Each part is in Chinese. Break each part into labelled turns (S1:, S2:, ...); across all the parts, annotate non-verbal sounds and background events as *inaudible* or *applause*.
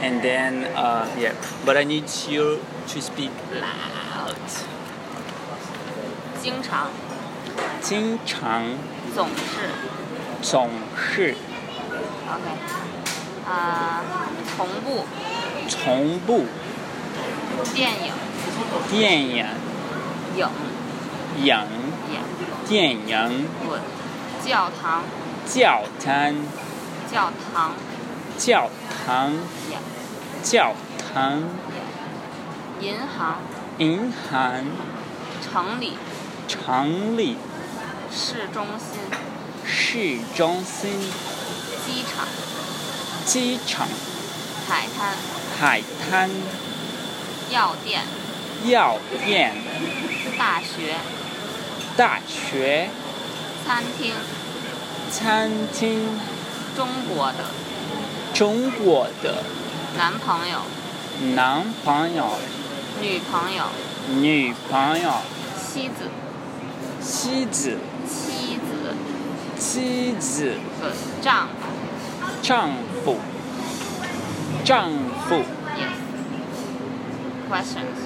S1: and then uh, yeah. But I need you to speak loud.
S2: 经常、
S1: 经常
S2: 总是
S1: 总是
S2: ，OK，啊、同步
S1: 重复
S2: 电影
S1: 电影
S2: 影
S1: 影
S2: 演
S1: 电影
S2: 滚教堂
S1: 教堂
S2: 教堂
S1: 教堂
S2: 演
S1: 教堂
S2: 银行
S1: 银行
S2: 城里
S1: 城里
S2: 市中心
S1: 市中心
S2: 机场
S1: 机场
S2: 海滩
S1: 海滩
S2: 药店
S1: 药店
S2: 大学
S1: 大学
S2: 餐厅
S1: 餐厅
S2: 中国的
S1: 中国的
S2: 男朋友
S1: 男朋友
S2: 女朋友
S1: 女朋友
S2: 妻子
S1: 妻子
S2: 妻子
S1: 妻子
S2: 对丈夫
S1: 丈夫丈夫
S2: Yes. Questions.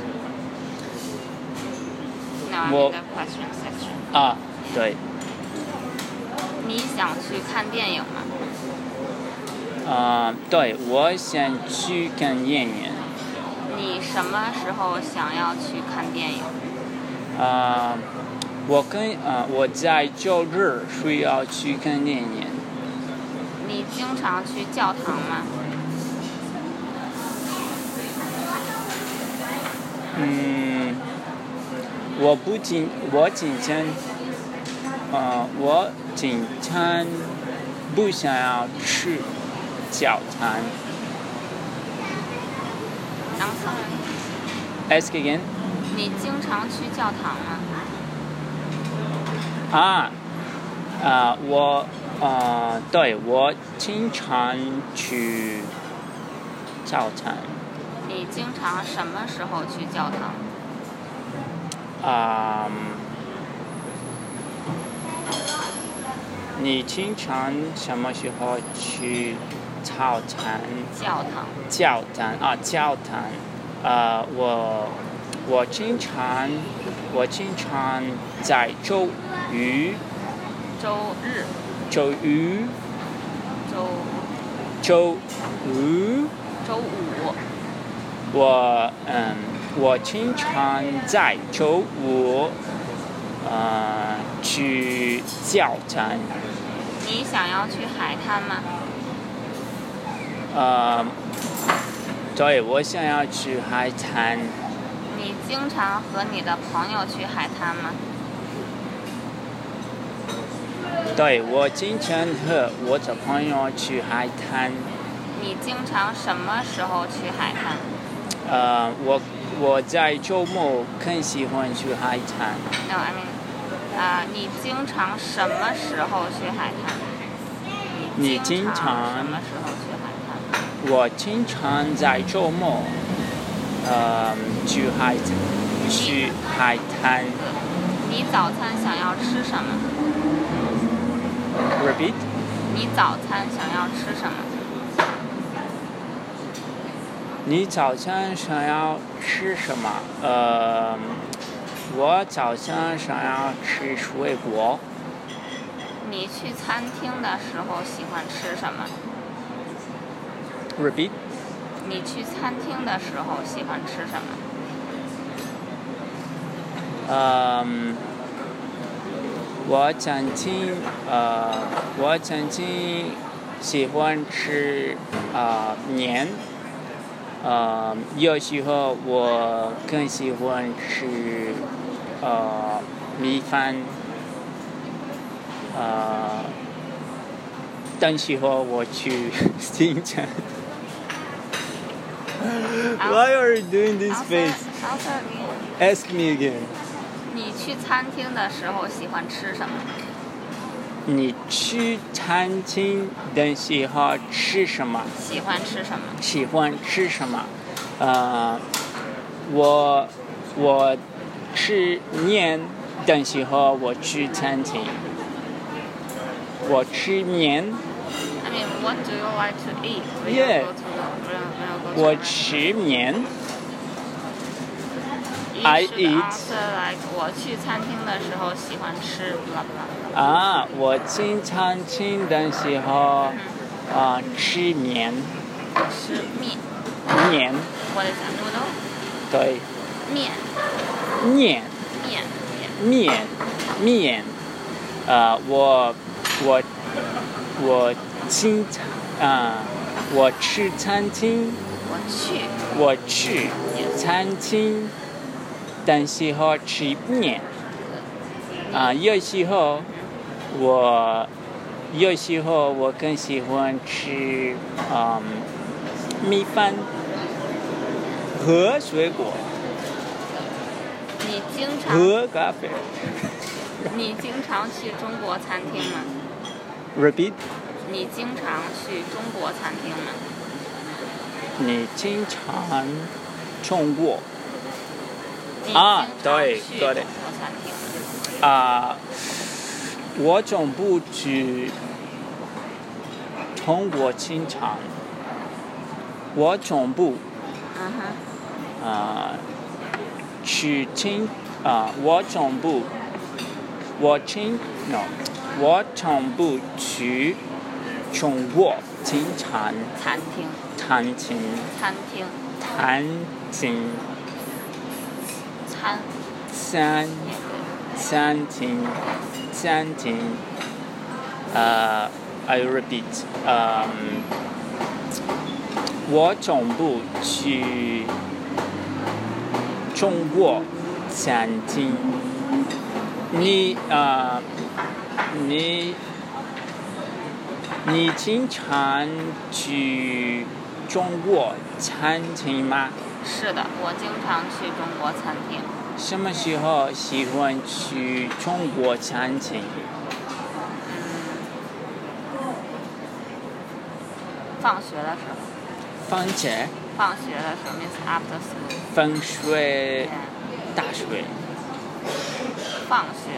S2: No, I mean
S1: Well-
S2: the question section.
S1: 啊，对，
S2: 你想去看电影吗？
S1: 啊、对，我想去看电影。
S2: 你什么时候想要去看电影？
S1: 啊、我跟啊、我在周日需要去看电影。
S2: 你经常去教堂吗？
S1: 嗯，我不仅我今天，啊、我今天不想要去教堂。
S2: I'm sorry.
S1: Ask again.
S2: 你经常去教堂吗？
S1: 啊，啊、我啊、对我经常去教堂
S2: 你经常什么时候去教堂？
S1: 啊、你经常什么时候去教堂？
S2: 教堂。
S1: 教堂啊，教堂啊、我我经常我经常在周日
S2: 周日、
S1: 周日
S2: 周
S1: 周日。
S2: 周五、
S1: 我嗯，我经常在周五，呃，去教堂，
S2: 你想要去海滩吗？
S1: 呃，对我想要去海滩，
S2: 你经常和你的朋友去海滩吗？
S1: 对我经常和我的朋友去海滩，
S2: 你经常什么时候去海滩？
S1: 呃，我我在周末更喜欢去海滩，
S2: No, I mean，啊、你经常什么时候去海滩？
S1: 你经常
S2: 什么时候去海滩？
S1: 我经常在周末，呃，去海滩，去海滩
S2: 你早餐想要吃什么？
S1: ，repeat。
S2: 你早餐想要吃什么？
S1: 你早餐想要吃什么？呃，我早餐想要吃水果。
S2: 你去餐厅的时候喜欢吃什么？
S1: Repeat。
S2: 你去餐厅的时候喜欢吃什么？
S1: 呃，我曾经呃，我曾经喜欢吃啊、呃、面。呃，有时候我更喜欢吃呃米饭。呃，但时候我 *laughs* 去新疆。Why are you doing this face?
S2: Answer me.
S1: Ask me again.
S2: 你去餐厅的时候喜欢吃什么？
S1: 你去餐厅的时候吃什么？
S2: 喜欢吃什么？
S1: 喜欢吃什么？呃，我我吃面的时候我去餐厅，我吃面。
S2: I mean, what do you like to eat when
S1: Yeah.
S2: you go to the, when, when you go
S1: 我十年 I
S2: 一是
S1: eat-
S2: after like 我去餐厅的时候喜欢吃 blah blah blah。
S1: 啊，我经常听的时候
S2: 嗯，
S1: 啊，吃面
S2: 吃面，
S1: 面
S2: 我的想 noodle
S1: 对
S2: 面
S1: 面
S2: 面面
S1: 面面，啊，我我我经常啊，我去餐厅，
S2: 我去
S1: 我去餐厅的时候吃面，啊，有时候我有时候我更喜欢吃嗯米饭和水果
S2: 你经常
S1: 和咖啡。
S2: 你经常去中国餐厅吗？
S1: Repeat，
S2: 你经常去中国餐厅吗？
S1: 你经常中国
S2: 你
S1: 啊
S2: 经常
S1: 对
S2: 去
S1: 对
S2: 中国餐厅吗
S1: 啊、我总部去中国经常，我总部。
S2: 嗯哼，
S1: 啊，去听啊，我总部，我听 no，我总部去中国经常
S2: 餐厅
S1: 弹琴
S2: 餐厅
S1: 弹琴
S2: 餐
S1: 三
S2: 也可以。
S1: 三琴三琴啊，I repeat，嗯，我总部去中国餐厅。你啊、你你经常去中国餐厅吗？
S2: 是的，我经常去中国餐厅。
S1: 什么时候喜欢去中国餐厅？
S2: 放学的时候，
S1: 番茄、
S2: 放学的时候 means after school。
S1: 风水、
S2: Yeah，
S1: 大水、
S2: 放学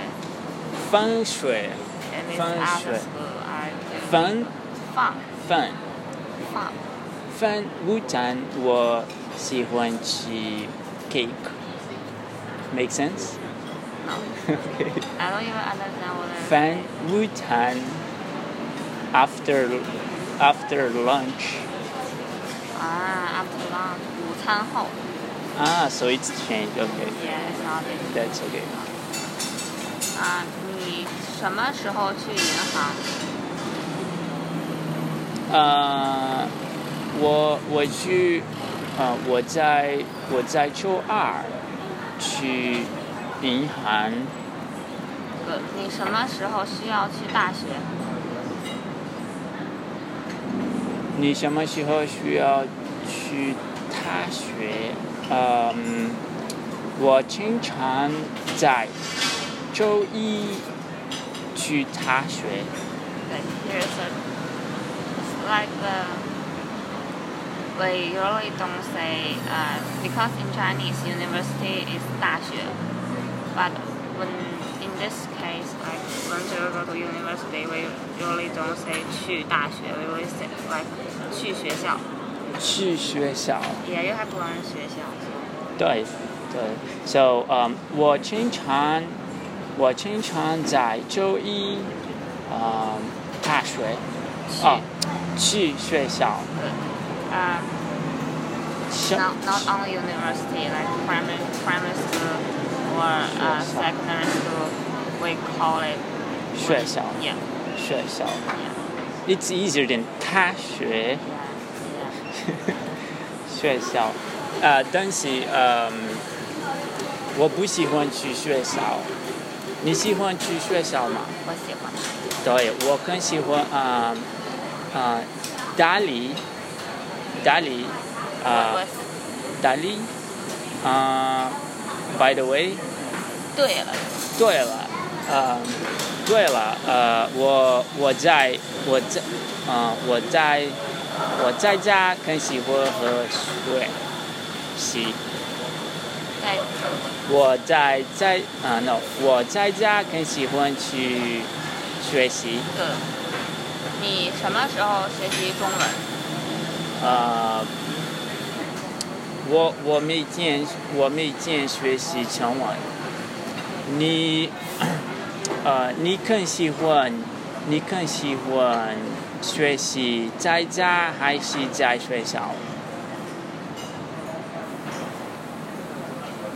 S1: 风水、
S2: it means
S1: 放
S2: after
S1: 学
S2: school I do
S1: 风
S2: 放
S1: 风
S2: 放
S1: 风午餐，我喜欢吃 cake。Make sense?
S2: no
S1: *laughs* Okay.
S2: I don't even understand what it is.
S1: Fan Wutan after after lunch.
S2: 啊 after lunch 午餐后
S1: Ah, so it's changed. Okay,
S2: yeah it's not it.
S1: that's okay.
S2: 啊，你什么时候去银行？
S1: 呃，我我去，呃，我在我在周二去银行。
S2: 呃，你什么时候需要去大学？
S1: 你什么时候需要去大学？嗯，我经常在周一去大学。
S2: 对，here's a it's like a we usually don't say uh because in Chinese university is 大学，but when in this case like when you go to university we usually don't say 去大学，we usually say like 去学校
S1: 去学校。
S2: ，yeah you have to learn 学校。
S1: 对，对。So，嗯、我经常，我经常在周一，嗯、大学，
S2: 去
S1: 啊，去学校。
S2: 对啊。
S1: 小
S2: Uh, not not only university like primary primary school or uh,
S1: Sure, sure.
S2: secondary school we call it
S1: 学校，
S2: yeah
S1: 学校。
S2: yeah
S1: It's easier than 大学
S2: yeah
S1: 学校。啊、但是，嗯、我不喜欢去学校。你喜欢去学校吗？
S2: 我喜欢
S1: 对，我更喜欢啊啊，达利，达利，啊
S2: 我我
S1: 达利，啊，by the way，
S2: 对了
S1: 对了，啊，对了，呃，我我在我在啊、我在我在家更喜欢喝水，是
S2: 在
S1: 我在在啊、n o 我在家更喜欢去学习。
S2: 对了你什么时候学习中文？
S1: 呃，我我每天我每天学习中文。你，呃，你更喜欢你更喜欢学习在家还是在学校？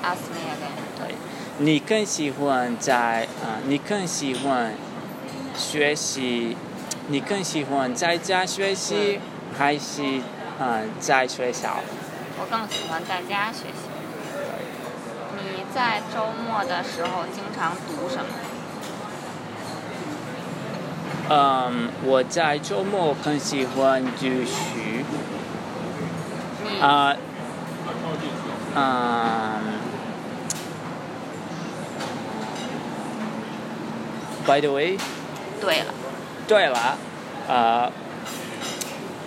S2: Ask me again.
S1: 对，你更喜欢在啊、你更喜欢学习，你更喜欢在家学习还是啊、在学校？
S2: 我更喜欢在家学习。你在周末的时候经常读什么？
S1: 嗯，我在周末更喜欢读书。
S2: 你、
S1: 啊，嗯。By the way，
S2: 对了，
S1: 对了，呃，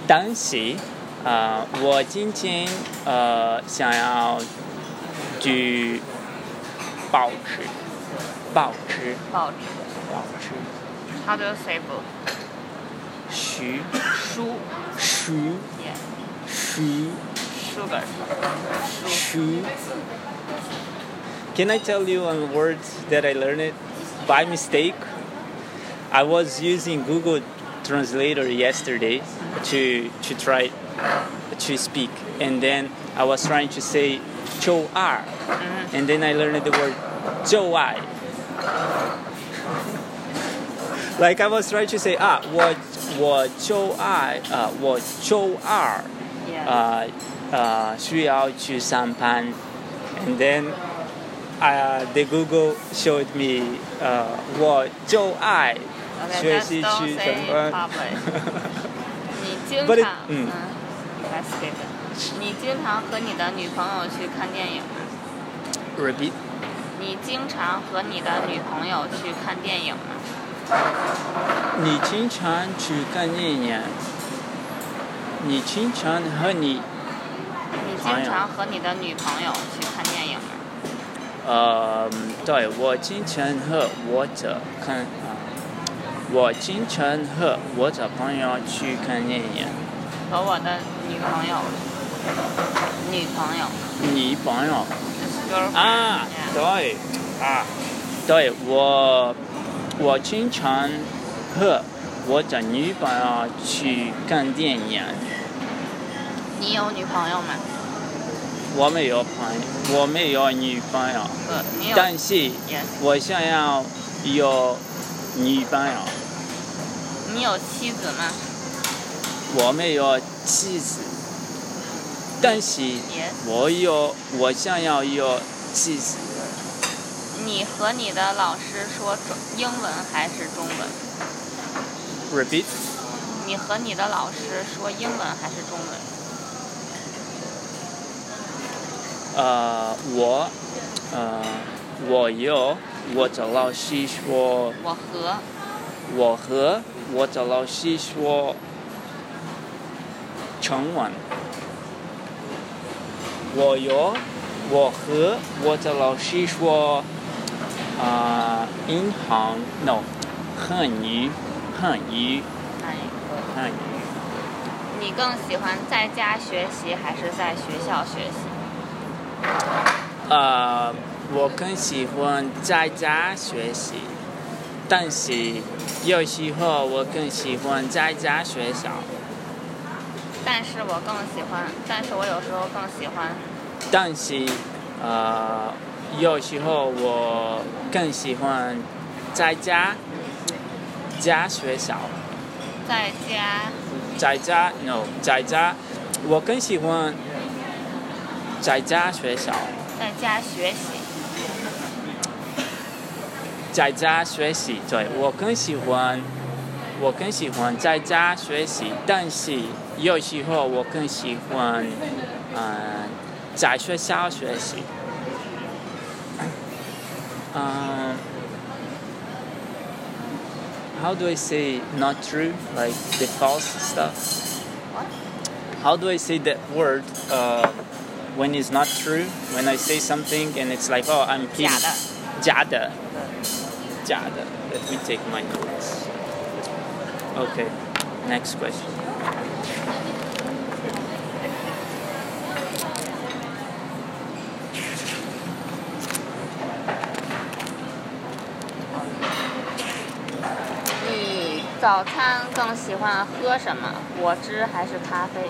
S1: 但是，呃，我今天呃想要读报纸，报纸，
S2: 报纸。
S1: 报纸，
S2: How do you say book？
S1: 书，
S2: 书。
S1: 书，
S2: Yeah.
S1: 书。
S2: Sugar.书。
S1: shoe. Can I tell you a word that I learned it by mistake? I was using Google Translator yesterday to to try to speak, and then I was trying to say "chou ar," and then I learned the word "chou ai." Like I was trying to say ah, what what chou ai, uh, what chou ar.
S2: Yeah.
S1: 呃呃需要去上班，and then uh, the Google showed me 呃我就爱
S2: okay,
S1: 学
S2: just
S1: 习
S2: don't
S1: 去上
S2: say it
S1: 班。
S2: public. 你经
S1: But it-
S2: 常
S1: 嗯
S2: 嗯，let's skip it. 你经常和你的女朋友去看电影吗？
S1: Repeat
S2: 你经常和你的女朋友去看电影吗？
S1: 你经常去看电影？你经常和你
S2: 你
S1: 朋友
S2: 经常和你的女朋友去看电影吗？
S1: 呃对我经常和我的看呃我经常和我的朋友去看电影。
S2: 和我的女朋友，女朋友
S1: 你朋友？
S2: ，just girlfriend，
S1: 啊
S2: yeah，
S1: 对，啊，对我，我经常和我的女朋友去看电影。
S2: 你有女朋友吗？
S1: 我没有朋友，我没有女朋友，
S2: 呃，你有
S1: 但是
S2: yes，
S1: 我想要有女朋友。
S2: 你有妻子吗
S1: 我没有妻子，但是
S2: ？yes，
S1: 我有，我想要有妻子。
S2: 你和你的老师说中英文还是中文？
S1: Repeat，
S2: 你和你的老师说英文还是中文？
S1: 呃，我，呃，我有我的老师说。
S2: 我和
S1: 我和我的老师说中文。我有，我和我的老师说，啊、银行 no，汉语，汉语，
S2: 哪一个？
S1: 汉语。
S2: 哎你更喜欢在家学习还是在学校学习？
S1: 啊，我更喜欢在家学习，但是有时候我更喜欢在家学校。
S2: 但是我更喜欢，但是我有时候更喜欢，
S1: 但是，呃，有时候我更喜欢在家家学校，
S2: 在家
S1: 在家 no，在家，我更喜欢在家学校，
S2: 在家学习。
S1: 在家学习。对，我更喜欢，我更喜欢在家学习，但是有时候我更喜欢，嗯、在学校学习。嗯、how do I say not true, like the false stuff?
S2: What?
S1: How do I say that word uh, when it's not true? When I say something and it's like, oh, I'm kidding.
S2: 假的。
S1: 假的.假的. Let me take my notes. Okay, next question.
S2: 早餐更喜欢喝什么？果汁还是咖啡？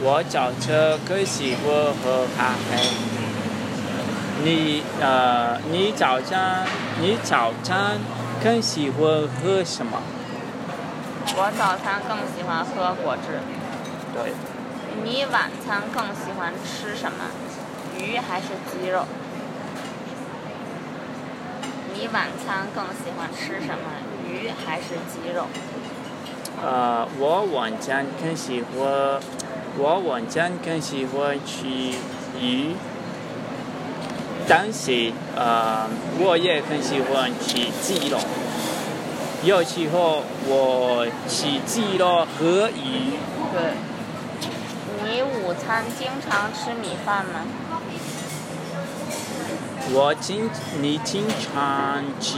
S1: 我早车更喜欢喝咖啡。你呃，你早餐你早餐更喜欢喝什么？
S2: 我早餐更喜欢喝果汁。
S1: 对，
S2: 你晚餐更喜欢吃什么？鱼还是鸡肉？你晚餐更喜欢吃什么？鱼还是鸡肉？
S1: 呃，我晚餐更喜欢，我晚餐更喜欢吃鱼，但是呃，我也很喜欢吃鸡肉。有时候我吃鸡肉和鱼，
S2: 对。你午餐经常吃米饭吗？
S1: 我经你经常吃，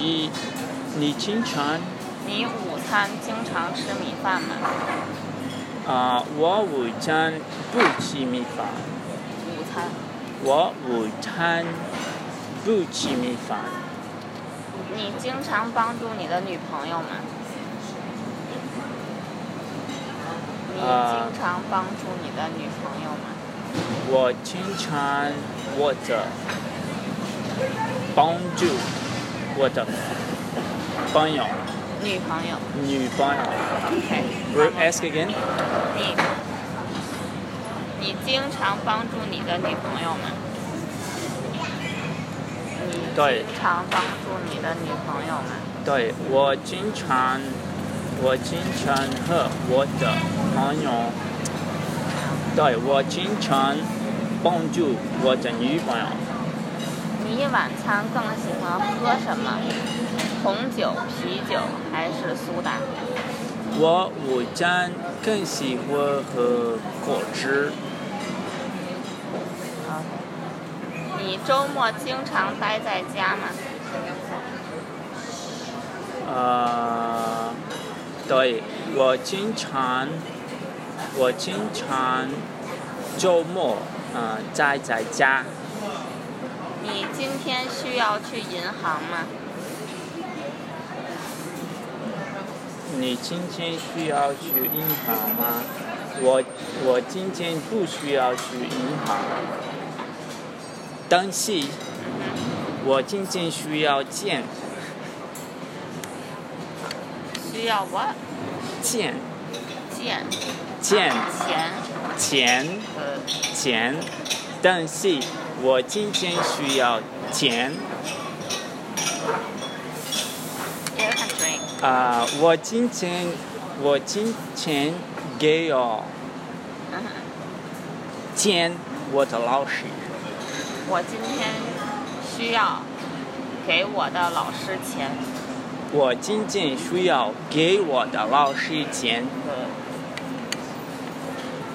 S1: 你经常
S2: 你午餐经常吃米饭吗？
S1: 啊、我午餐不吃米饭，
S2: 午餐。
S1: 我午餐不吃米饭，
S2: 你经常帮助你的女朋友吗？你
S1: 呃
S2: 经常帮助你的女朋友吗？
S1: 我经常或者帮助我的朋友、
S2: 女朋友。
S1: 女朋友。
S2: OK。
S1: Re- Ask again.
S2: 你你经常帮助你的女朋友吗？你
S1: 对
S2: 经常帮助你的女朋友吗？
S1: 对，我经常，我经常和我的朋友，对我经常帮助我的女朋友。
S2: 你晚餐更喜欢喝什么？红酒、啤酒还是苏打？
S1: 我午餐更喜欢喝果汁。
S2: 你周末经常待在家吗？
S1: 呃，对我经常，我经常周末呃在在家。
S2: 你今天需要去银行吗？
S1: 你今天需要去银行吗？我我今天不需要去银行，但是我今天需要见
S2: 需要我
S1: 见
S2: 见
S1: 见
S2: 钱。
S1: 钱
S2: 呃，
S1: 钱，但是我今天需要钱
S2: you can drink。
S1: 啊、我今天我今天给我
S2: 嗯哼。
S1: 见我的老师，
S2: 我今天需要给我的老师钱。
S1: 我今天需要给我的老师钱。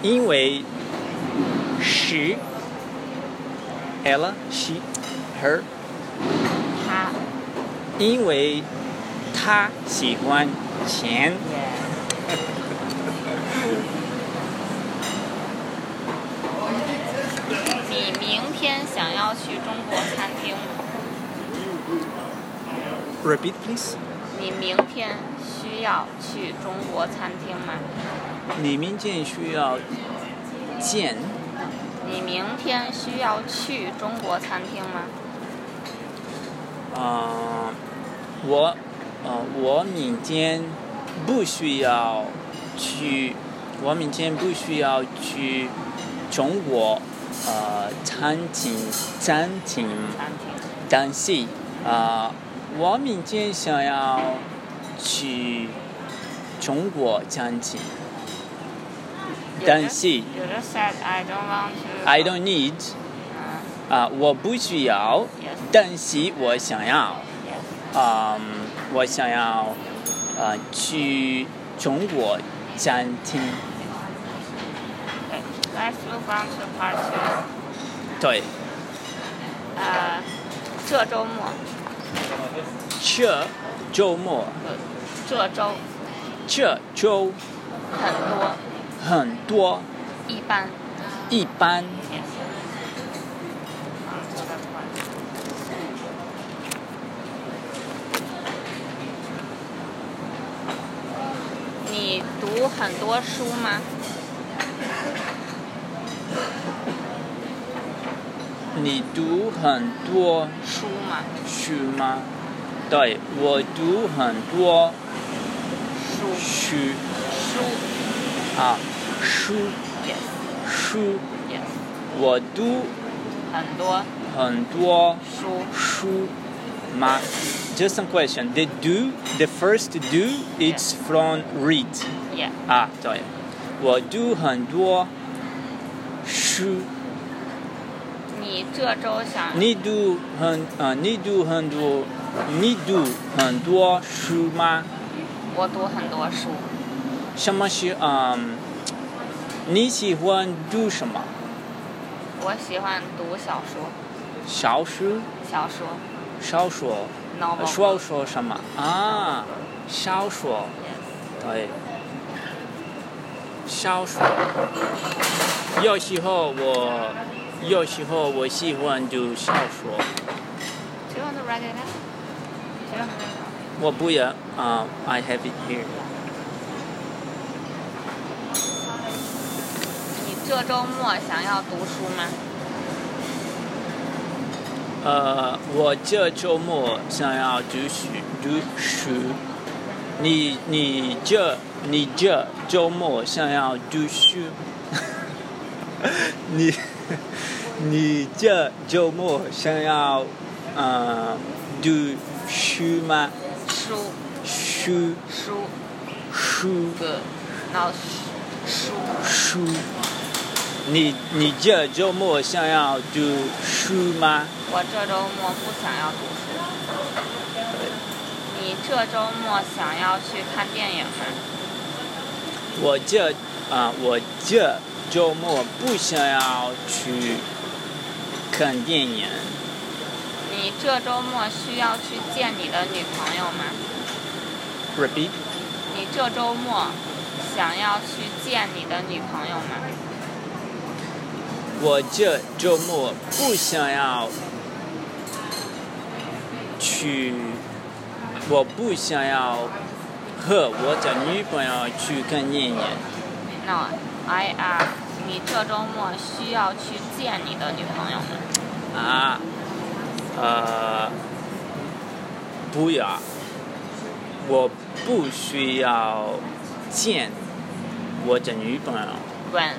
S1: 因为是 ela she her，
S2: 他
S1: 因为她喜欢钱。
S2: 也。你明天想要去中国餐厅吗？
S1: Repeat please。
S2: 你明天需要去中国餐厅吗？
S1: 你明天需要见
S2: 你明天需要去中国餐厅吗？
S1: 啊、呃我呃，我明天不需要去，我明天不需要去中国呃餐厅餐厅。
S2: 餐厅。
S1: 但是啊、我明天想要去中国餐厅。但是
S2: You just said I don't want to. uh,
S1: I don't need 啊、我不需要，
S2: Yes.
S1: 但是我想要，
S2: Yes.
S1: 嗯，我想要呃去中国餐厅。
S2: Okay. Let's move on to part two.
S1: 对，
S2: 呃，这周末，
S1: 这周末
S2: 呃这周
S1: 这周
S2: 很多，
S1: 很多，
S2: 一般。
S1: 一般
S2: Yes. 读很多书吗？
S1: 你读很多
S2: 书吗？
S1: 书吗？对，我读很多
S2: 书
S1: 书
S2: 书
S1: 啊，书
S2: ，yes
S1: 书，
S2: yes，
S1: 我读
S2: 很多
S1: 很多
S2: 书。
S1: 书吗？Just a question. The do, the first do, it's from read.
S2: Yeah，
S1: Ah, 对，我读很多书。
S2: 你这周想
S1: 你读很啊、你读很多，你读很多书吗？
S2: 我读很多书，
S1: 什么是嗯？你喜欢读什么？
S2: 我喜欢读小说，
S1: 小说、
S2: 小说
S1: 小说、
S2: novel。
S1: 小说什么啊？小说
S2: Yes，
S1: 对，小说。有时候我，有时候我喜欢读小说，
S2: do you want to write it down? Do you want to write it down?
S1: 我不要啊、I have it here。
S2: 你这周末想要读书吗？
S1: 呃，我这周末想要读书，读书。你你这你这周末想要读书？ *laughs* 你你这周末想要呃读书吗？
S2: 书
S1: 书
S2: 书
S1: 书
S2: 个，那书
S1: 书。你你这周末想要读书吗？
S2: 我这周末不想要读书。你这周末想要去看电影吗？
S1: 我这啊、我这周末不想要去看电影。
S2: 你这周末需要去见你的女朋友吗？
S1: Repeat。
S2: 你这周末想要去见你的女朋友吗？
S1: 我这周末不想要去，我不想要和我的女朋友去看电影。
S2: 那 I R，你这周末需要去见你的女朋友吗？
S1: 啊，呃，不要，我不需要见我的女朋友。
S2: When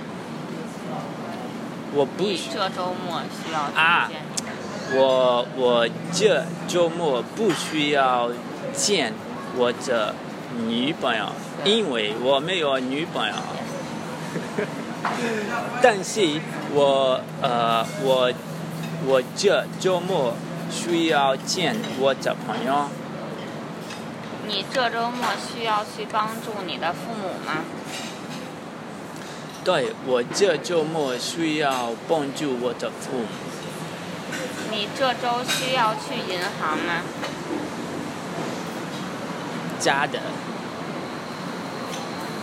S1: 我不
S2: 你
S1: 需
S2: 这周末需要
S1: 啊
S2: 去见你
S1: 我我这周末不需要见我的女朋友，因为我没有女朋友。 *laughs* 但是我呃我我这周末需要见我的朋友。
S2: 你这周末需要去帮助你的父母吗？
S1: 对我这周末需要帮助我的父母。
S2: 你这周需要去银行吗？
S1: 假的，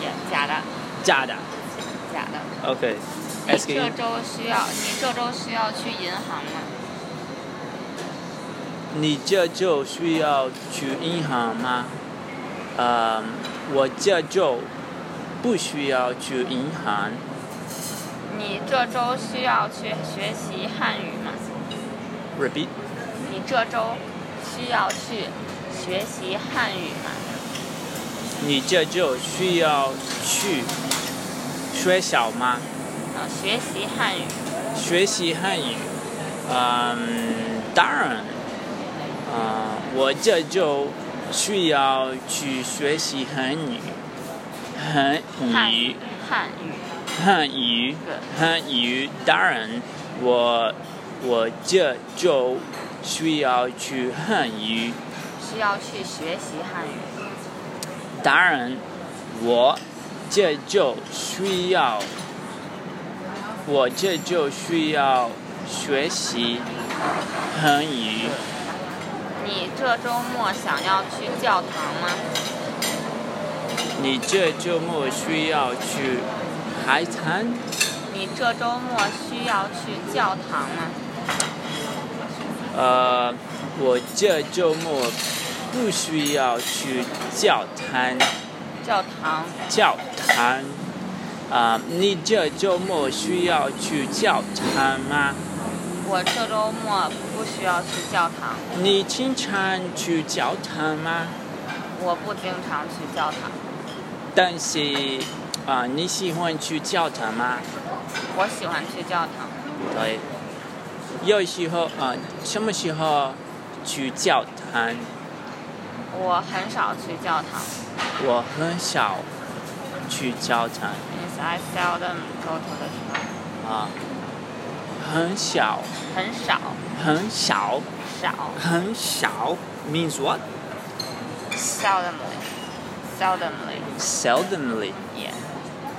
S2: 也假的，
S1: 假的。
S2: 假的。
S1: OK，
S2: 你这周需要，你这周需要去银行吗？
S1: 你这周需要去银行吗？呃，我这周不需要去银行。
S2: 你这周需要去学习汉语吗？
S1: Repeat。
S2: 你这周需要去学习汉语吗？
S1: 你这周需要去学校吗？
S2: 呃，学习汉语。
S1: 学习汉语？嗯，当然。啊、我这周需要去学习汉语。汉
S2: 汉
S1: 语
S2: 语。，汉语。
S1: 汉语
S2: 对，
S1: 汉语当然，我我这周需要去汉语，
S2: 需要去学习汉语。
S1: 当然，我这周需要，我这周需要学习汉语。
S2: 你这周末想要去教堂吗？
S1: 你这周末需要去海滩？
S2: 你这周末需要去教堂吗？
S1: 呃，我这周末不需要去教堂。
S2: 教堂。
S1: 教堂。啊、你这周末需要去教堂吗？
S2: 我这周末不需要去教堂，
S1: 你经常去教堂吗？
S2: 我不经常去教堂。
S1: 但是啊、你喜欢去教堂吗？
S2: 我喜欢去教堂，
S1: 对。有时候啊、什么时候去教堂？
S2: 我很少去教堂。
S1: 我很少去教堂
S2: Means I seldom go to the church.
S1: 啊、很少，
S2: 很少，
S1: 很少， *laughs*
S2: 少
S1: 很少 means what?
S2: ，seldomly, seldomly.
S1: Seldomly.
S2: Yeah.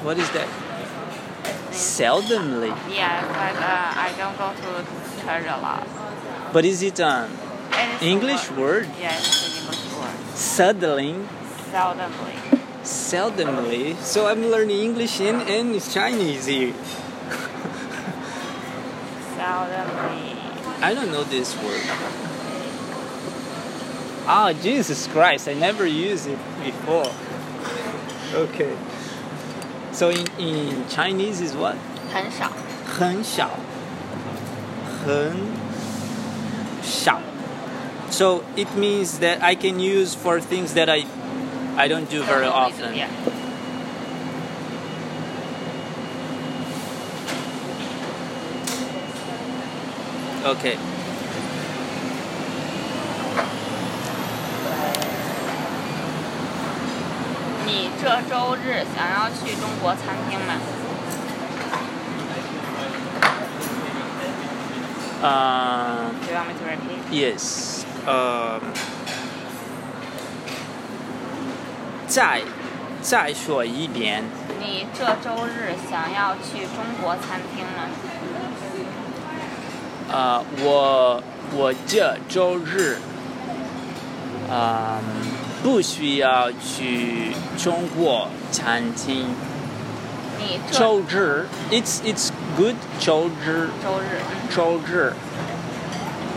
S1: What is that?
S2: Means-
S1: Seldomly.
S2: Yeah, it's like uh, I don't go to church a lot.
S1: But is it an
S2: And it's a
S1: English word?
S2: word. Yeah, it's an English word.
S1: Suddenly.
S2: Seldomly.
S1: Seldomly. So I'm learning English and, and Chinese here.
S2: Seldomly.
S1: I don't know this word. Ah, Jesus Christ, I never used it before. Okay. So in, in Chinese is what?
S2: 很少，
S1: 很少，很少. So it means that I can use for things that I I don't do very often.
S2: Yeah.
S1: Okay.
S2: Yeah. 你这周日想要去中国餐厅吗？
S1: Um,
S2: Do you want me to repeat?
S1: yes. Um, 再再说一遍。
S2: 你这周日想要去中国餐厅吗？
S1: 啊，我我这周日，啊、不需要去中国餐厅。
S2: 你这
S1: 周日，it's it's good 周日，
S2: 周日，嗯
S1: 周日，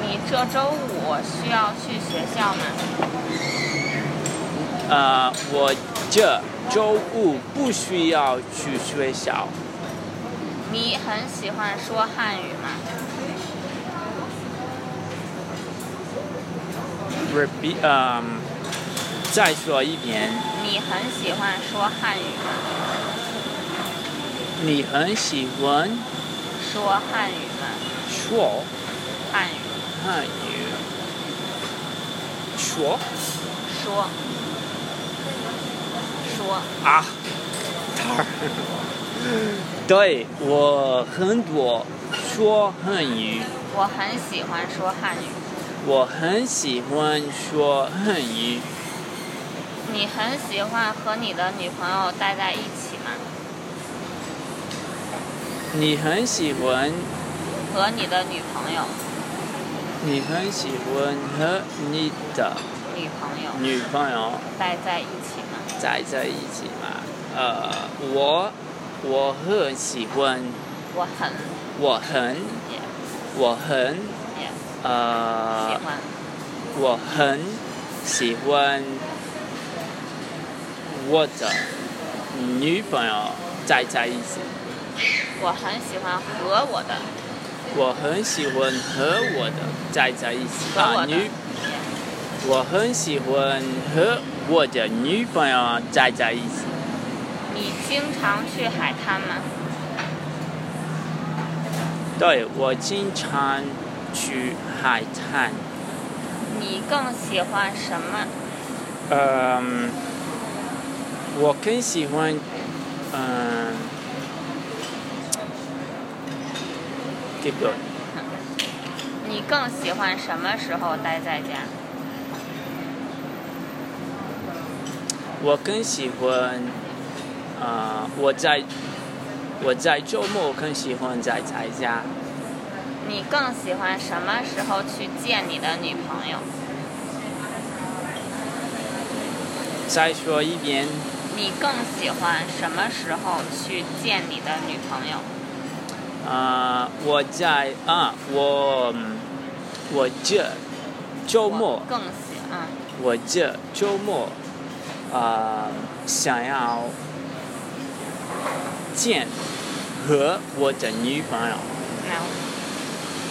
S2: 你这周五需要去学校吗？
S1: 啊，我这周五不需要去学校。
S2: 你很喜欢说汉语吗？
S1: repeat，嗯、再说一遍，
S2: 你很喜欢说汉语吗？
S1: 你很喜欢
S2: 说汉语吗？
S1: 说
S2: 汉语，
S1: 汉语，说。
S2: 说，说，
S1: 啊， *laughs* 当然，对我很多说汉语，
S2: 我很喜欢说汉语。
S1: 我很喜欢说汉语。
S2: 你很喜欢和你的女朋友待在一起吗？
S1: 你很喜欢，
S2: 和你的女朋友，
S1: 你很喜欢和你的
S2: 女朋友
S1: 女朋友
S2: 待在一起吗？
S1: 待在一起吗？呃，我我很喜欢，
S2: 我很
S1: 我很
S2: 也
S1: 我很
S2: 也
S1: 呃
S2: 喜，欢，
S1: 我很喜欢我的女朋友在在一起。
S2: 我很喜欢和我的
S1: 我很喜欢和我的在在一起
S2: 和
S1: 啊，
S2: 我的
S1: 女，我很喜欢和我的女朋友在在一起。
S2: 你经常去海滩吗？
S1: 对我经常去海滩。
S2: 你更喜欢什么？
S1: 嗯，我更喜欢，嗯，keep going。
S2: 你更喜欢什么时候待在家？
S1: 我更喜欢，啊、我在我在周末更喜欢在在家。
S2: 你更喜欢什么时候去见你的女朋友？
S1: 再说一遍，
S2: 你更喜欢什么时候去见你的女朋友？
S1: 啊、我在啊，我嗯我这周末
S2: 我，更喜嗯，
S1: 我这周末呃想要见和我的女朋友。
S2: 那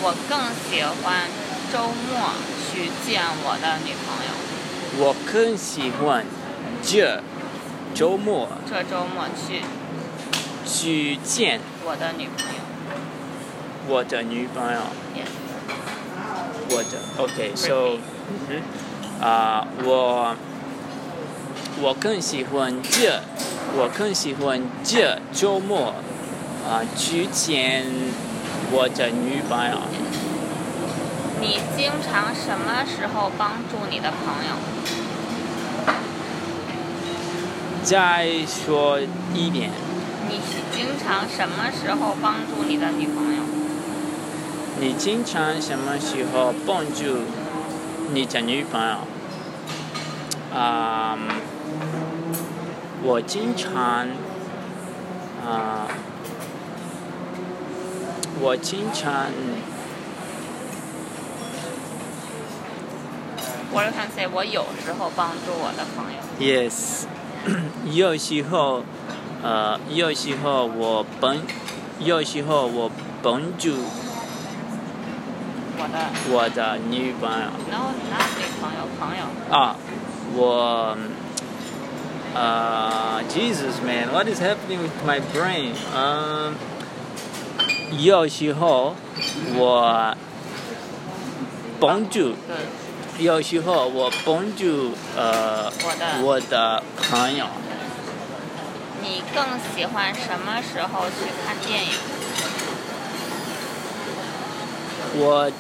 S2: 我更喜欢周末去见我的女朋友。
S1: 我更喜欢这周末
S2: 这周末去
S1: 去见
S2: 我的女朋友。
S1: 我的女朋友。
S2: Yes.
S1: 我的 OK so，嗯哼啊、我我更喜欢这，我更喜欢这周末啊、去见我的女朋友。
S2: 你经常什么时候帮助你的朋友？
S1: 再说一遍，
S2: 你经常什么时候帮助你的女朋友？
S1: 你经常什么时候帮助你的女朋友？啊、我经常，啊、我经常
S2: What you can say？我有时候帮助我的朋友。
S1: yes，有时候，呃，有时候我帮，有时候我帮助
S2: 我的
S1: 我的女朋友。
S2: no not 女朋友朋友。
S1: Ah, well, um, uh, Jesus, man, what is happening with my brain? Um, 有时候我帮助，
S2: 对，
S1: 有时候我帮助呃
S2: 我的
S1: 我的朋友。
S2: 你更喜欢什么时候去看电影？
S1: 我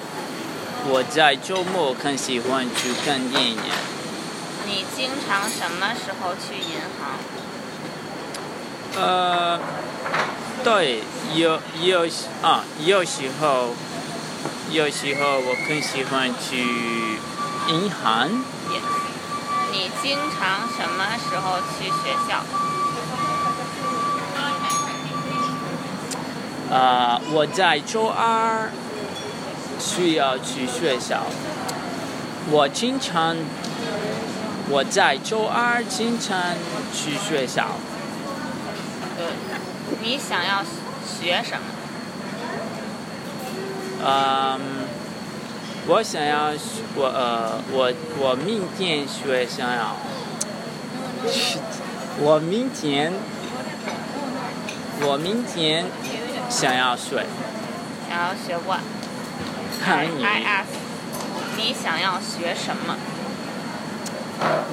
S1: 我在周末更喜欢去看电影。
S2: 你经常什么时候去银行？
S1: 呃，对，有有时啊，有时候，有时候我更喜欢去银行。
S2: 也你经常什么时候去学校？
S1: 啊，我在周二需要去学校。我经常，我在周二经常去学校。
S2: 对，呃你想要学什么？
S1: 嗯，我想要学我呃，我我明天学想要，我明天，我明天想要学
S2: 想要学 what？
S1: 汉语。
S2: I ask，你想要学什么？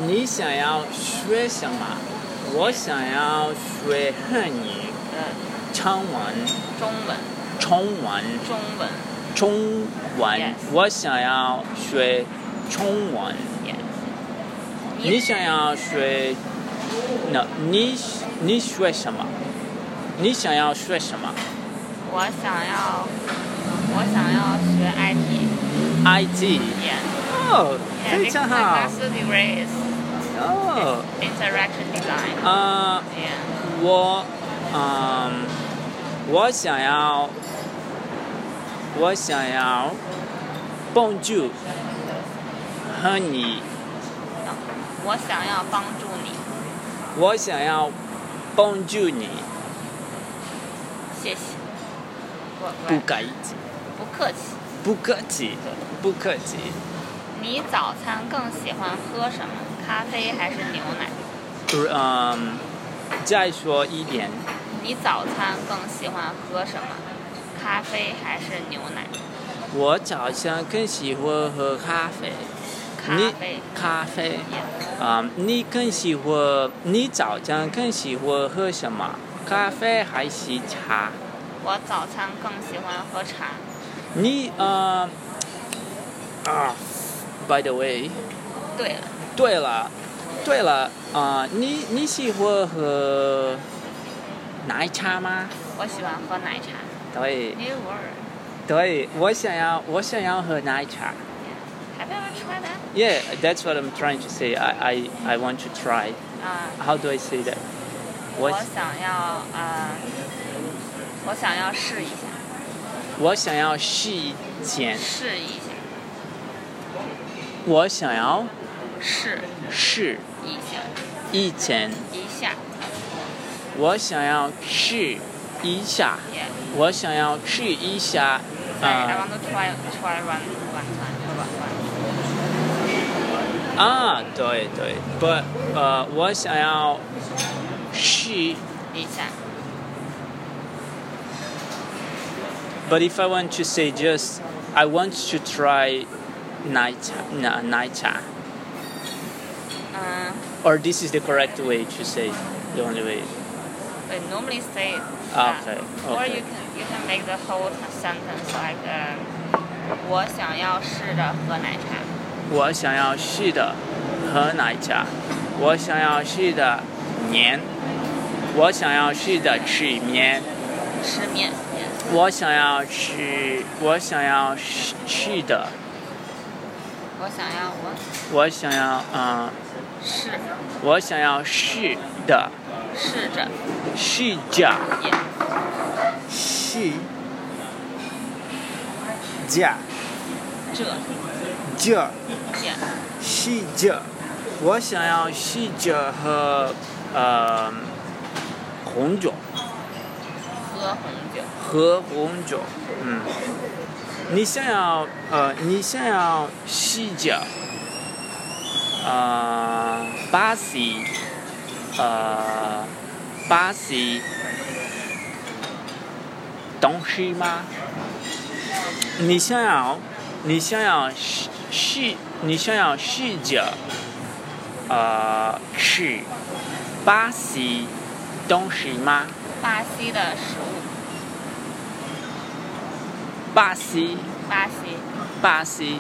S1: 你想要学什么？我想要学汉语、
S2: 呃，
S1: 中文、
S2: 中文，
S1: 中文、
S2: 中文
S1: 中文。
S2: Yes.
S1: 我想要学中文。
S2: 也。
S1: 你想要学？那你你学什么？你想要学什么
S2: 我想要，我想要学 IT，
S1: ？IT
S2: 也。
S1: 哦，
S2: Yeah,
S1: 非
S2: because
S1: 常
S2: my
S1: 好
S2: master degree is
S1: 哦。
S2: interaction design.
S1: 呃，
S2: Yeah.
S1: 我嗯，我想要，我想要帮助和你，
S2: 我想要帮助你，
S1: 我想要帮助你，
S2: 谢谢。我
S1: 不
S2: 我
S1: 客气，
S2: 不客气。
S1: 不客气，不客气。
S2: 你早餐更喜欢喝什么？咖啡还是牛奶？
S1: 嗯，再说一遍，
S2: 你早餐更喜欢喝什么？咖啡还是牛奶？
S1: 我早上更喜欢喝咖啡。
S2: 咖
S1: 你
S2: 啡。
S1: 咖啡。
S2: Yeah.
S1: 啊、你更喜欢你早上更喜欢喝什么？咖啡还是茶？
S2: 我早餐更喜欢喝茶。
S1: 你呃啊，by the way，
S2: 对了，
S1: 对了，对了啊、你你喜欢喝奶茶吗？
S2: 我喜欢喝奶茶。
S1: 对
S2: New word.
S1: 对，我想要我想要喝奶茶。
S2: Have you ever tried that?
S1: Yeah, that's what I'm trying to say. I I I want to try.
S2: 啊、
S1: How do I say that?
S2: 我
S1: 我
S2: 想要啊、呃我想要试一下，
S1: 我想要洗钱，
S2: 试一下，
S1: 我想要
S2: 试
S1: 试
S2: 一下，
S1: 以前
S2: 一下
S1: 我想要去一下，
S2: ，yeah。
S1: 我想要去一下，
S2: Sorry, I
S1: 啊
S2: want to try try one one time for one one.
S1: 啊，对对，不，呃，我想要去
S2: 一下
S1: But if I want to say just, I want to try night, na, naita,
S2: 嗯
S1: or this is the correct way to say, the only way.
S2: But normally say
S1: Ah,
S2: that.
S1: okay,
S2: Or
S1: okay.
S2: you can you can make the whole sentence like um, 我想要试着喝奶茶。
S1: 我想要去的喝奶茶，我想要去的年，我想要去的吃面，我想要去的
S2: 吃面，yes，
S1: 我想要去我想要去的，我想要嗯、呃，我想要
S2: 我想要我
S1: 呃
S2: 试试着，yes，
S3: 是假
S2: 这
S3: 这
S2: ，yes，
S3: 是这
S1: 我想要试着，我想要试着喝呃红酒，喝红酒，嗯，
S2: 喝红酒，
S1: 嗯你想要呃，你想要试着呃巴西呃巴西东西吗？你想要你想要试试你想要试着呃吃巴西东西吗？
S2: 巴西的食物，
S1: 巴西
S2: 巴西
S1: 巴西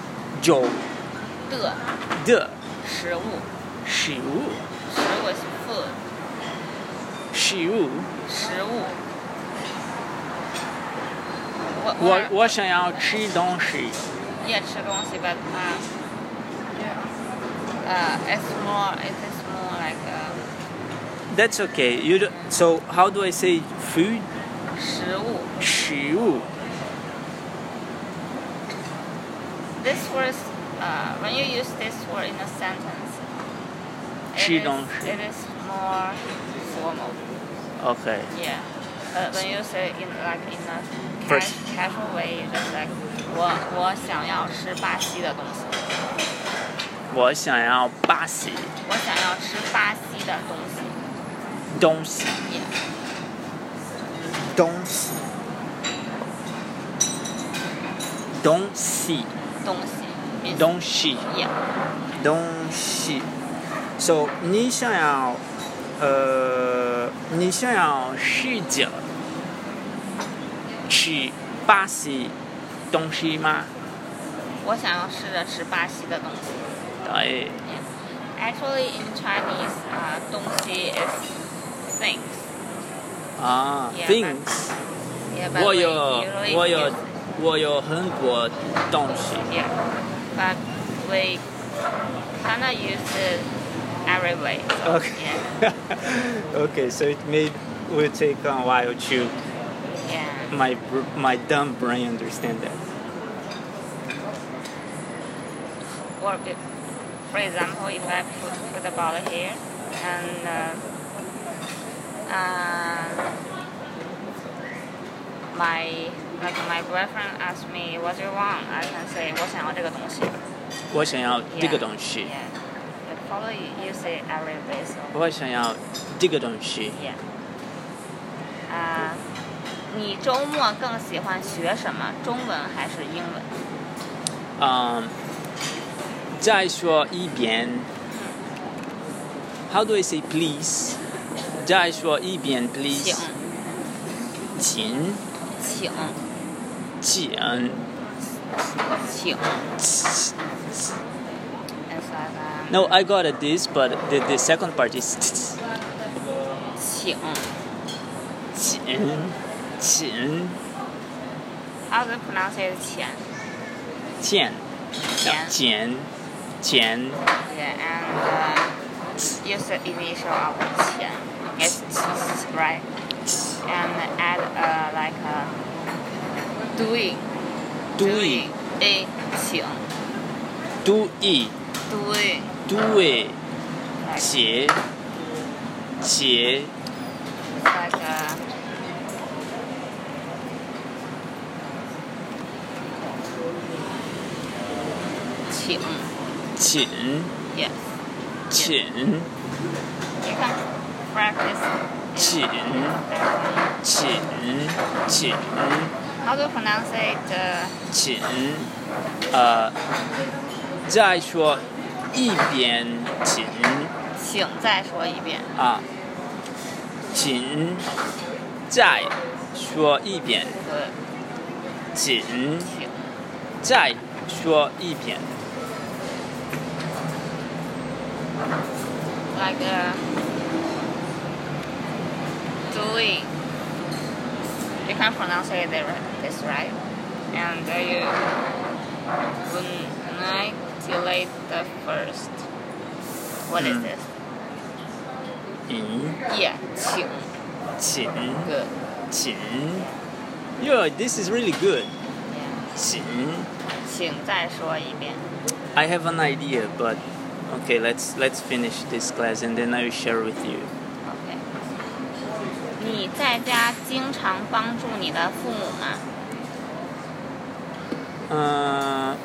S2: yes
S1: 酒
S2: 的
S1: 的
S2: 食物，
S1: 食物。
S2: 食物是 food，
S1: 食物，
S2: 食物。我
S1: 我我想要吃东西。
S2: 也吃东西，but um, uh, it's more, it is more like um,
S1: That's okay. You do, so how do I say food?
S2: 食物。
S1: 食物
S2: This word, uh, when you use this word in a sentence, it
S1: 吃
S2: is-
S1: 东西
S2: it is more formal.
S1: Okay.
S2: Yeah. But when you say in like in a
S1: First.
S2: cas- casual way, just like 我我想要吃巴西的东西，
S1: 我想要巴西
S2: 我想要吃巴西的东西。
S1: 东西
S2: Yeah.
S3: 东西
S1: 东西
S2: 东西。means-
S1: 东西
S2: Yeah.
S3: 东西
S1: ，so 你想要呃你想要试着吃巴西东西吗？
S2: 我想要试着吃巴西的东西。
S1: 对，
S2: Actually, in Chinese, uh, 东西 is things.
S1: 啊
S2: Yeah,
S1: ，things，
S2: Yeah, but
S1: 我
S2: we
S1: 有
S2: usually
S1: 我有
S2: use-
S1: 我有很多东西。
S2: Yeah, but we kind of use it every way. So,
S3: Okay.
S1: *laughs*
S2: Yeah,
S3: okay, so it made will take a while to
S2: yeah.
S3: my br- my dumb brain understand that.
S2: Or be- for example, if I put, put the ball here and uh, uh, my like my boyfriend asked me what do you want, I can say 我想要这个东西。
S1: 我想要
S2: Yeah.
S1: 这个东西
S2: Yeah. You probably use it every day, so
S1: 我想要这个东西。
S2: yeah. 啊、你周末更喜欢学什么？中文还是英文？
S1: 嗯，Um, 再说一遍。How do I say please？再说一遍
S2: 请
S1: please。请，
S2: 请
S1: 请，
S2: 请。
S1: 请
S2: It's like um,
S1: No, I got it this, but the the second part is
S2: 请。
S1: 请，请，
S2: How do you pronounce it? 钱
S1: 钱，
S2: 钱。
S1: 钱，钱，
S2: Yeah, and uh, use the initial of 钱 It's right. And add uh, like a doing
S1: 对，
S2: a 请
S1: 对，
S2: doing
S1: 对，
S2: 呃 like
S1: 茄茄
S2: it's like a qing.
S1: 芹
S2: Yes.
S1: 芹
S2: You can practice. in-
S1: Qing. 芹芹
S2: How to pronounce it? Uh,
S1: 芹，呃，再说一遍芹
S2: 请再说一遍。
S1: 啊，芹，再说一遍
S2: 对，
S1: 芹，
S2: 请
S1: 再说一遍
S2: like uh, doing. You can pronounce it the right- this right, and uh, you annihilate the first. What is
S1: Mm.
S2: this?
S1: 银
S2: Yeah, 请
S1: 芹
S2: good.
S1: 芹。Yeah, this is really good.
S2: Yeah.
S1: 芹。
S2: 请再说一遍。
S1: I have an idea, but okay, let's let's finish this class and then I will share with you.
S2: OK。你在家经常帮助你的父母吗？
S1: 呃，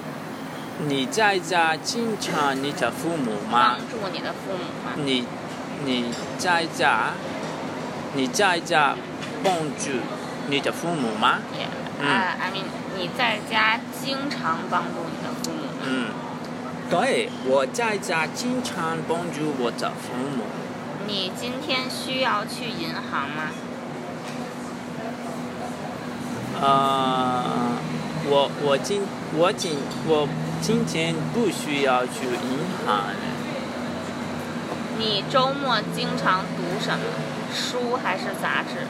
S1: 你在家经常你的父母吗
S2: 帮？助你的父母吗？
S1: 你你在家你在家帮助你的父母吗？
S2: Yeah.
S1: 嗯
S2: 啊、i mean，你在家经常帮助你的父母吗？
S1: 嗯，对，我在家经常帮助我的父母。
S2: 你今天需要去银行吗？
S1: 呃，我我今我今我今天不需要去银行。
S2: 你周末经常读什么书还是杂志？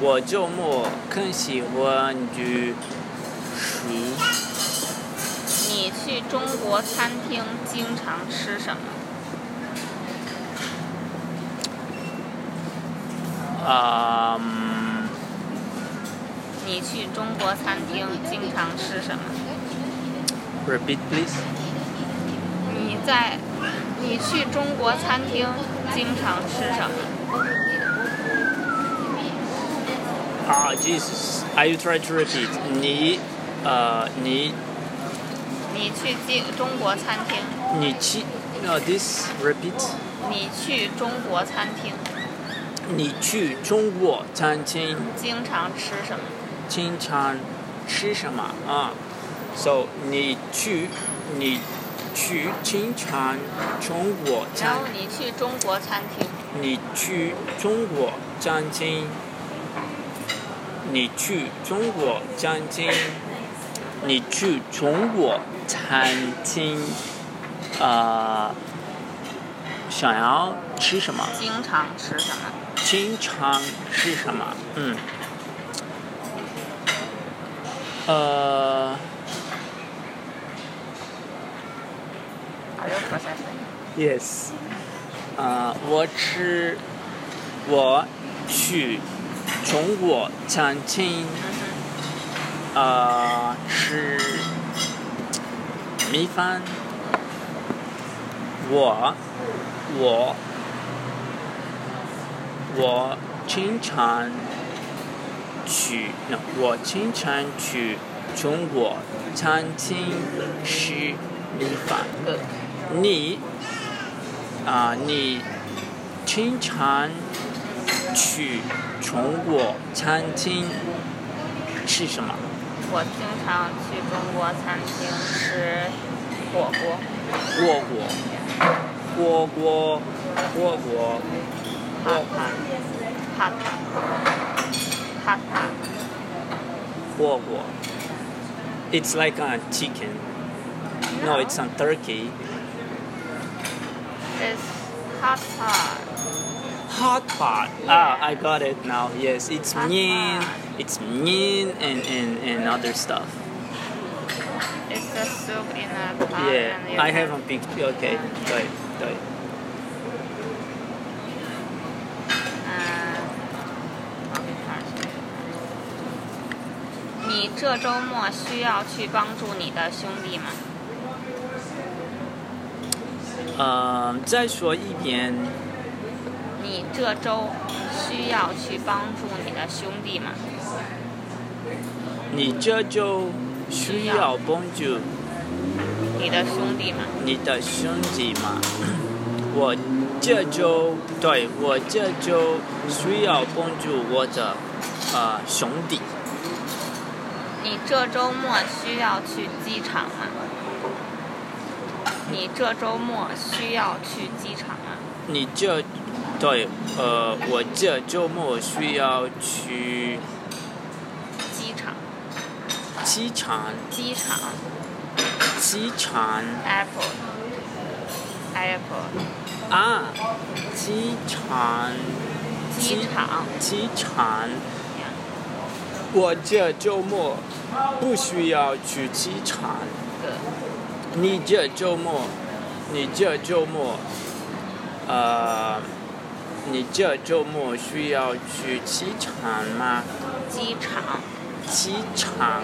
S1: 我周末更喜欢读书。
S2: 你去中国餐厅经常吃什么？
S1: 啊、Um,
S2: 你去中国餐厅经常吃什么？
S1: r e p e a t please。
S2: 你在你去中国餐厅经常吃什么？
S1: Ah, Jesus. I will try to repeat. uh, 你，呃，你，
S2: 你去经中国餐厅，
S1: 你去，no, this repeat.
S2: 你去中国餐厅
S1: 你去中国餐厅
S2: 经常吃什么？
S1: 经常吃什么啊？So Ah. 你去，你去经常中国
S2: 然
S1: 餐
S2: 后，你去中国餐厅，
S1: 你去中国餐厅，你去中国餐厅，你去中国餐厅，啊、想要吃什么？
S2: 经常吃什么？
S1: 经常吃什么？嗯，呃，
S2: Are you processing?
S1: Yes，啊、我吃，我去中国餐厅，
S2: 嗯
S1: 啊、吃米饭。我，我，我经常去，那我经常去中国餐厅吃米饭。
S2: Good.
S1: 你啊、你经常去中国餐厅吃什么？
S2: 我经常去中国餐厅吃火锅。
S1: 火锅，火锅，火锅，
S2: Hot pot. Hot pot. Hot pot.
S1: 火锅。It's like a chicken. No, it's a turkey.
S2: It's hot pot.
S1: Hot pot. Ah, I got it now. Yes, it's
S2: Hot
S1: mean.
S2: pot.
S1: It's mean and, and, and other stuff.
S2: It's a soup in a pot.
S1: Yeah,
S2: and you
S1: I
S2: can-
S1: haven't picked. Okay, 对对。
S2: 嗯我给看一下嗯你这周末需要去帮助你的兄弟吗？
S1: 嗯，再说一遍，
S2: 你这周需要去帮助你的兄弟吗？
S1: 你这周需要帮助
S2: 你的兄弟吗？
S1: 你的兄弟吗？我这周对我这周需要帮助我的呃兄弟。
S2: 你这周末需要去机场吗？你这周末需要去机场吗？
S1: 你这对呃，我这周末需要去
S2: 机场，
S1: 机场，
S2: 机场
S1: 机场
S2: ，airport，airport，
S1: 啊，机场，
S2: 机场。
S1: 机场。我这周末不需要去机场。
S2: Good.
S1: 你这周末，你这周末，呃，你这周末需要去机场吗？
S2: 机场，
S1: 机场，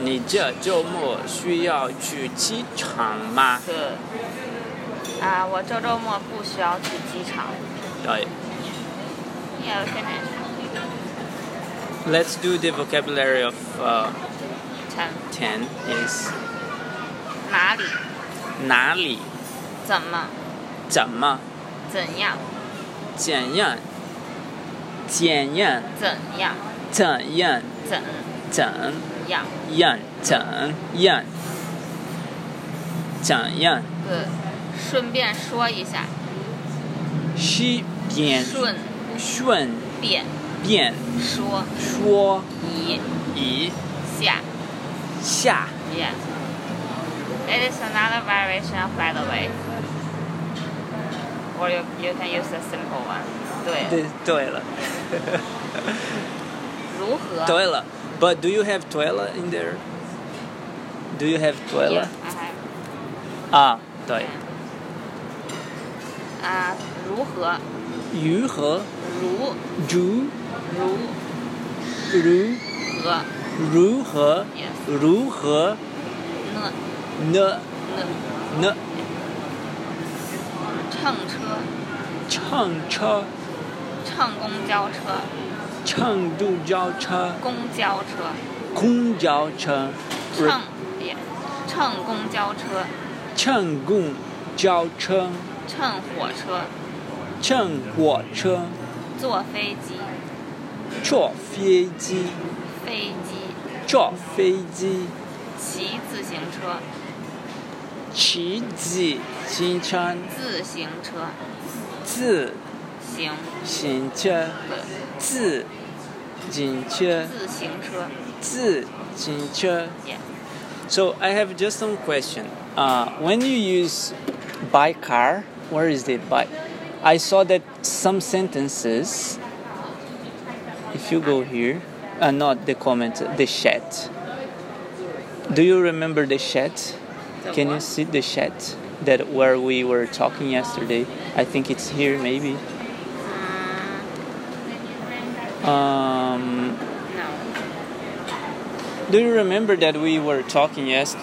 S1: 你这周末需要去机场吗？
S2: Good. 啊，我这周末不需要去机场。
S1: 对。
S2: Yeah, we finish.
S1: Let's do the vocabulary of、uh,
S2: Ten.
S1: ten is
S2: 哪里？
S1: 哪里、
S2: 怎么？
S1: 怎么、
S2: 怎样？
S1: 怎样、检验、
S2: 怎样？
S1: 怎样、
S2: 怎
S1: 怎。
S2: 样
S1: 样怎样？怎样？
S2: ？Good. 顺便说一下，
S1: 是便
S2: 顺
S1: 顺
S2: 便
S1: 便
S2: 说
S1: 说
S2: 一
S1: 一
S2: 下。
S1: 下。
S2: Yeah. It is another variation of by the way. Or you you can use the simple one. 对。
S1: 对对
S2: *laughs*
S1: 了，
S2: 如何？
S1: 对了。But do you have toilet in there? Do you have
S2: Yeah,
S1: toilet?
S2: I have.
S1: 啊，对。
S2: 啊，如何？
S1: 如何？
S2: 如
S1: 如
S2: 如
S1: 如
S2: 何
S1: 如何？
S2: Yes.
S1: 如何
S2: 呢
S1: 呢
S2: 呢？
S1: 呢？
S2: 乘车、
S1: 乘车、
S2: 乘公交车、
S1: 乘公交车、
S2: 公交车、
S1: 公交车。
S2: 乘也乘公交车、
S1: 乘公交车、
S2: 乘火车、
S1: 乘火车、
S2: 坐飞机、
S1: 坐飞机、
S2: 飞机、
S1: 坐飞机、
S2: 骑自行车、
S1: 骑自行车、
S2: 自行车、
S1: 自
S2: 行
S1: 行车、
S2: 的
S1: 自行车、
S2: 自行车
S1: 自行车。
S2: 也
S1: So I have just one question. Uh, when you use by car, where is it by? I saw that some sentences. If you go here, uh, not the comment, the chat. Do you remember the chat?
S2: The
S1: Can you
S2: what?
S1: see the chat that where we were talking yesterday? I think it's here, maybe.
S2: 嗯
S1: Um,
S2: no
S1: Um, do you remember that we were talking yes